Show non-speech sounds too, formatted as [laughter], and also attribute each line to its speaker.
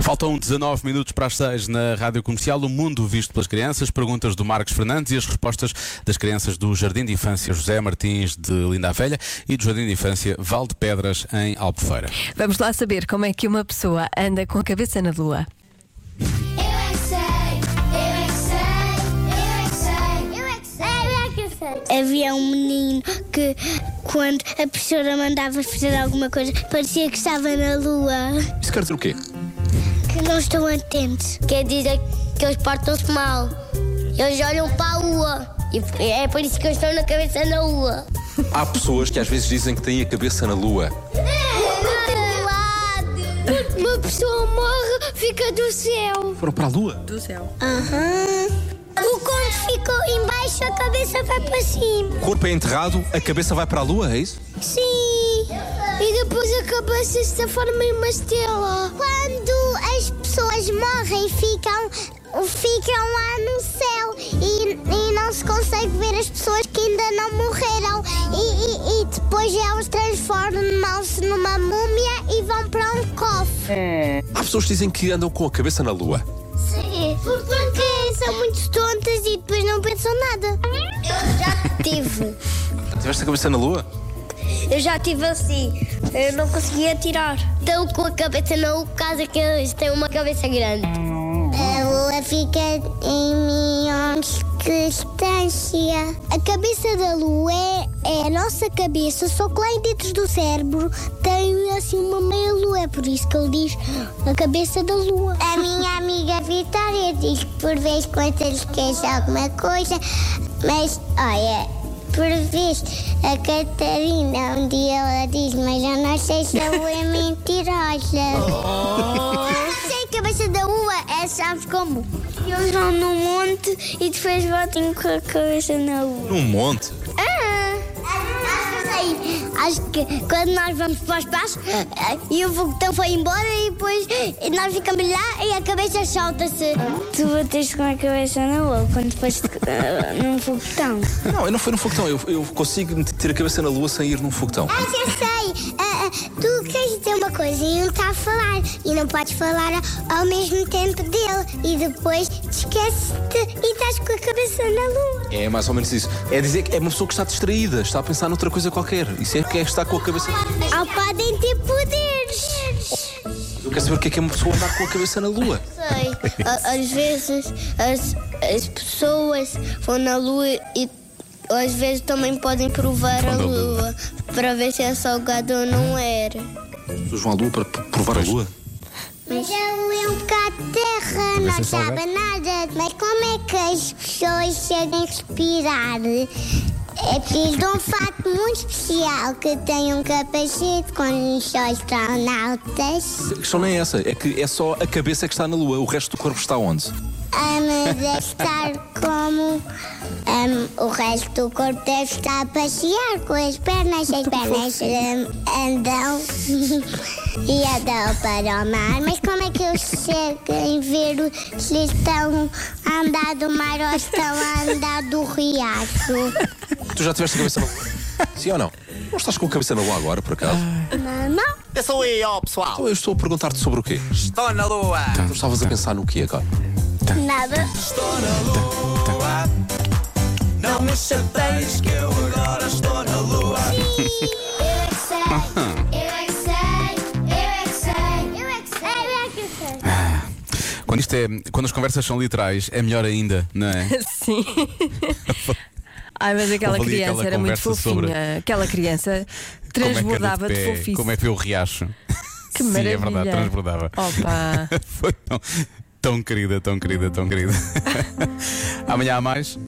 Speaker 1: Faltam 19 minutos para as 6 na Rádio Comercial, o mundo visto pelas crianças, perguntas do Marcos Fernandes e as respostas das crianças do Jardim de Infância José Martins de Linda a Velha e do Jardim de Infância Val de Pedras em Albufeira.
Speaker 2: Vamos lá saber como é que uma pessoa anda com a cabeça na lua.
Speaker 3: Eu é que sei, eu é que sei, eu é que sei, eu é que sei, eu é que sei, eu é que sei. Havia um menino que, quando a professora mandava fazer alguma coisa, parecia que estava na lua.
Speaker 4: Isso quer dizer o quê?
Speaker 3: Que não estão atentos. Quer dizer que eles portam-se mal. Eles olham para a lua. E é por isso que eles estão na cabeça na lua.
Speaker 4: Há pessoas que às vezes dizem que têm a cabeça na lua.
Speaker 3: Uma pessoa morre, fica do céu.
Speaker 4: Foram para a lua?
Speaker 3: Aham. O conto ficou embaixo, a cabeça vai para cima.
Speaker 4: O corpo é enterrado, a cabeça vai para a lua, é isso?
Speaker 3: Sim. E depois a cabeça se forma em uma estrela. Quando as pessoas morrem, ficam, ficam lá no céu e, e não se consegue ver as pessoas que ainda não morreram. E, e- e depois é um elas transformam-se numa múmia e vão para um cofre.
Speaker 4: Há pessoas que dizem que andam com a cabeça na lua.
Speaker 3: Sim. Porque são muito tontas e depois não pensam nada. Eu já tive.
Speaker 4: Tiveste a cabeça na lua?
Speaker 3: Eu já estive assim, eu não conseguia tirar. Estão com a cabeça na lua, por causa que eles têm uma cabeça grande. A lua fica em milhões de distância. A cabeça da lua é, é a nossa cabeça, só que lá em dentro do cérebro tem assim uma meia lua, é por isso que ele diz a cabeça da lua. A minha amiga Vitória diz que por vez quando ele esquece alguma coisa, mas olha. Por vez, a Catarina, um dia ela diz, mas eu não sei se a lua é mentirosa. Eu sei que a cabeça da lua é, sabes como? Eles vão no monte e depois batem com a cabeça na lua.
Speaker 4: Num monte.
Speaker 3: Ah! Acho que sei. Acho que quando nós vamos para o espaço eh, e o foguetão foi embora e depois nós ficamos lá e a cabeça solta-se. Tu bateste com a cabeça na lua quando foste [laughs] num foguetão.
Speaker 4: Não, eu não fui num foguetão. Eu, eu consigo ter a cabeça na lua sem ir num foguetão.
Speaker 3: Ah, já sei. Ah, ah, tu queres dizer uma coisa e não está a falar. E não podes falar ao mesmo tempo dele. E depois te esqueces-te e estás com a cabeça na lua.
Speaker 4: É mais ou menos isso. É dizer que é uma pessoa que está distraída, está a pensar noutra coisa qualquer. Isso é que é estar com a cabeça.
Speaker 3: Ah, podem ter poderes.
Speaker 4: Eu quero saber o que é que é uma pessoa andar com a cabeça na lua.
Speaker 3: Sei. às vezes as, as pessoas vão na lua e às vezes também podem provar a lua para ver se é salgada ou não era.
Speaker 4: As pessoas vão à lua para p- provar a lua.
Speaker 3: Mas a lua é um bocado de terra, não sabe nada. Mas como é que as pessoas chegam a respirar? É preciso de um fato muito especial que tem um capacete quando os astronautas.
Speaker 4: A questão não é essa, é que é só a cabeça que está na lua, o resto do corpo está onde?
Speaker 3: Ah, mas deve estar como ah, o resto do corpo deve estar a passear com as pernas. As pernas ah, andam [laughs] e andam para o mar. Mas como é que eles chegam a ver o- se estão a andar do mar ou estão a andar do riacho?
Speaker 4: Tu já tiveste a cabeça na lua? [laughs] Sim ou não? Não estás com a cabeça na lua agora, por acaso?
Speaker 3: Não.
Speaker 5: Eu sou eu, pessoal.
Speaker 4: Então eu estou a perguntar-te sobre o quê?
Speaker 5: Estou na lua.
Speaker 4: Tu estavas a pensar no quê agora?
Speaker 3: Nada.
Speaker 5: Não me chateias que eu agora estou na lua.
Speaker 3: Eu é que sei, eu é que sei, eu é que sei, eu é que sei, eu é que sei.
Speaker 1: Quando, isto é, quando as conversas são literais, é melhor ainda, não é?
Speaker 2: [laughs] Sim. Ai, mas aquela
Speaker 1: Houve ali
Speaker 2: criança
Speaker 1: aquela
Speaker 2: era muito
Speaker 1: conversa
Speaker 2: fofinha.
Speaker 1: sobre-
Speaker 2: Aquela criança
Speaker 1: [laughs] Como é que anda
Speaker 2: [laughs] transbordava
Speaker 1: de
Speaker 2: de,
Speaker 1: pé?
Speaker 2: fofice.
Speaker 1: Como é que eu riacho?
Speaker 2: [laughs] Que
Speaker 1: Sim,
Speaker 2: maravilha.
Speaker 1: é verdade, transbordava. [laughs]
Speaker 2: Opa. [laughs]
Speaker 1: Foi tão, tão querida, tão querida, tão querida. Amanhã há mais.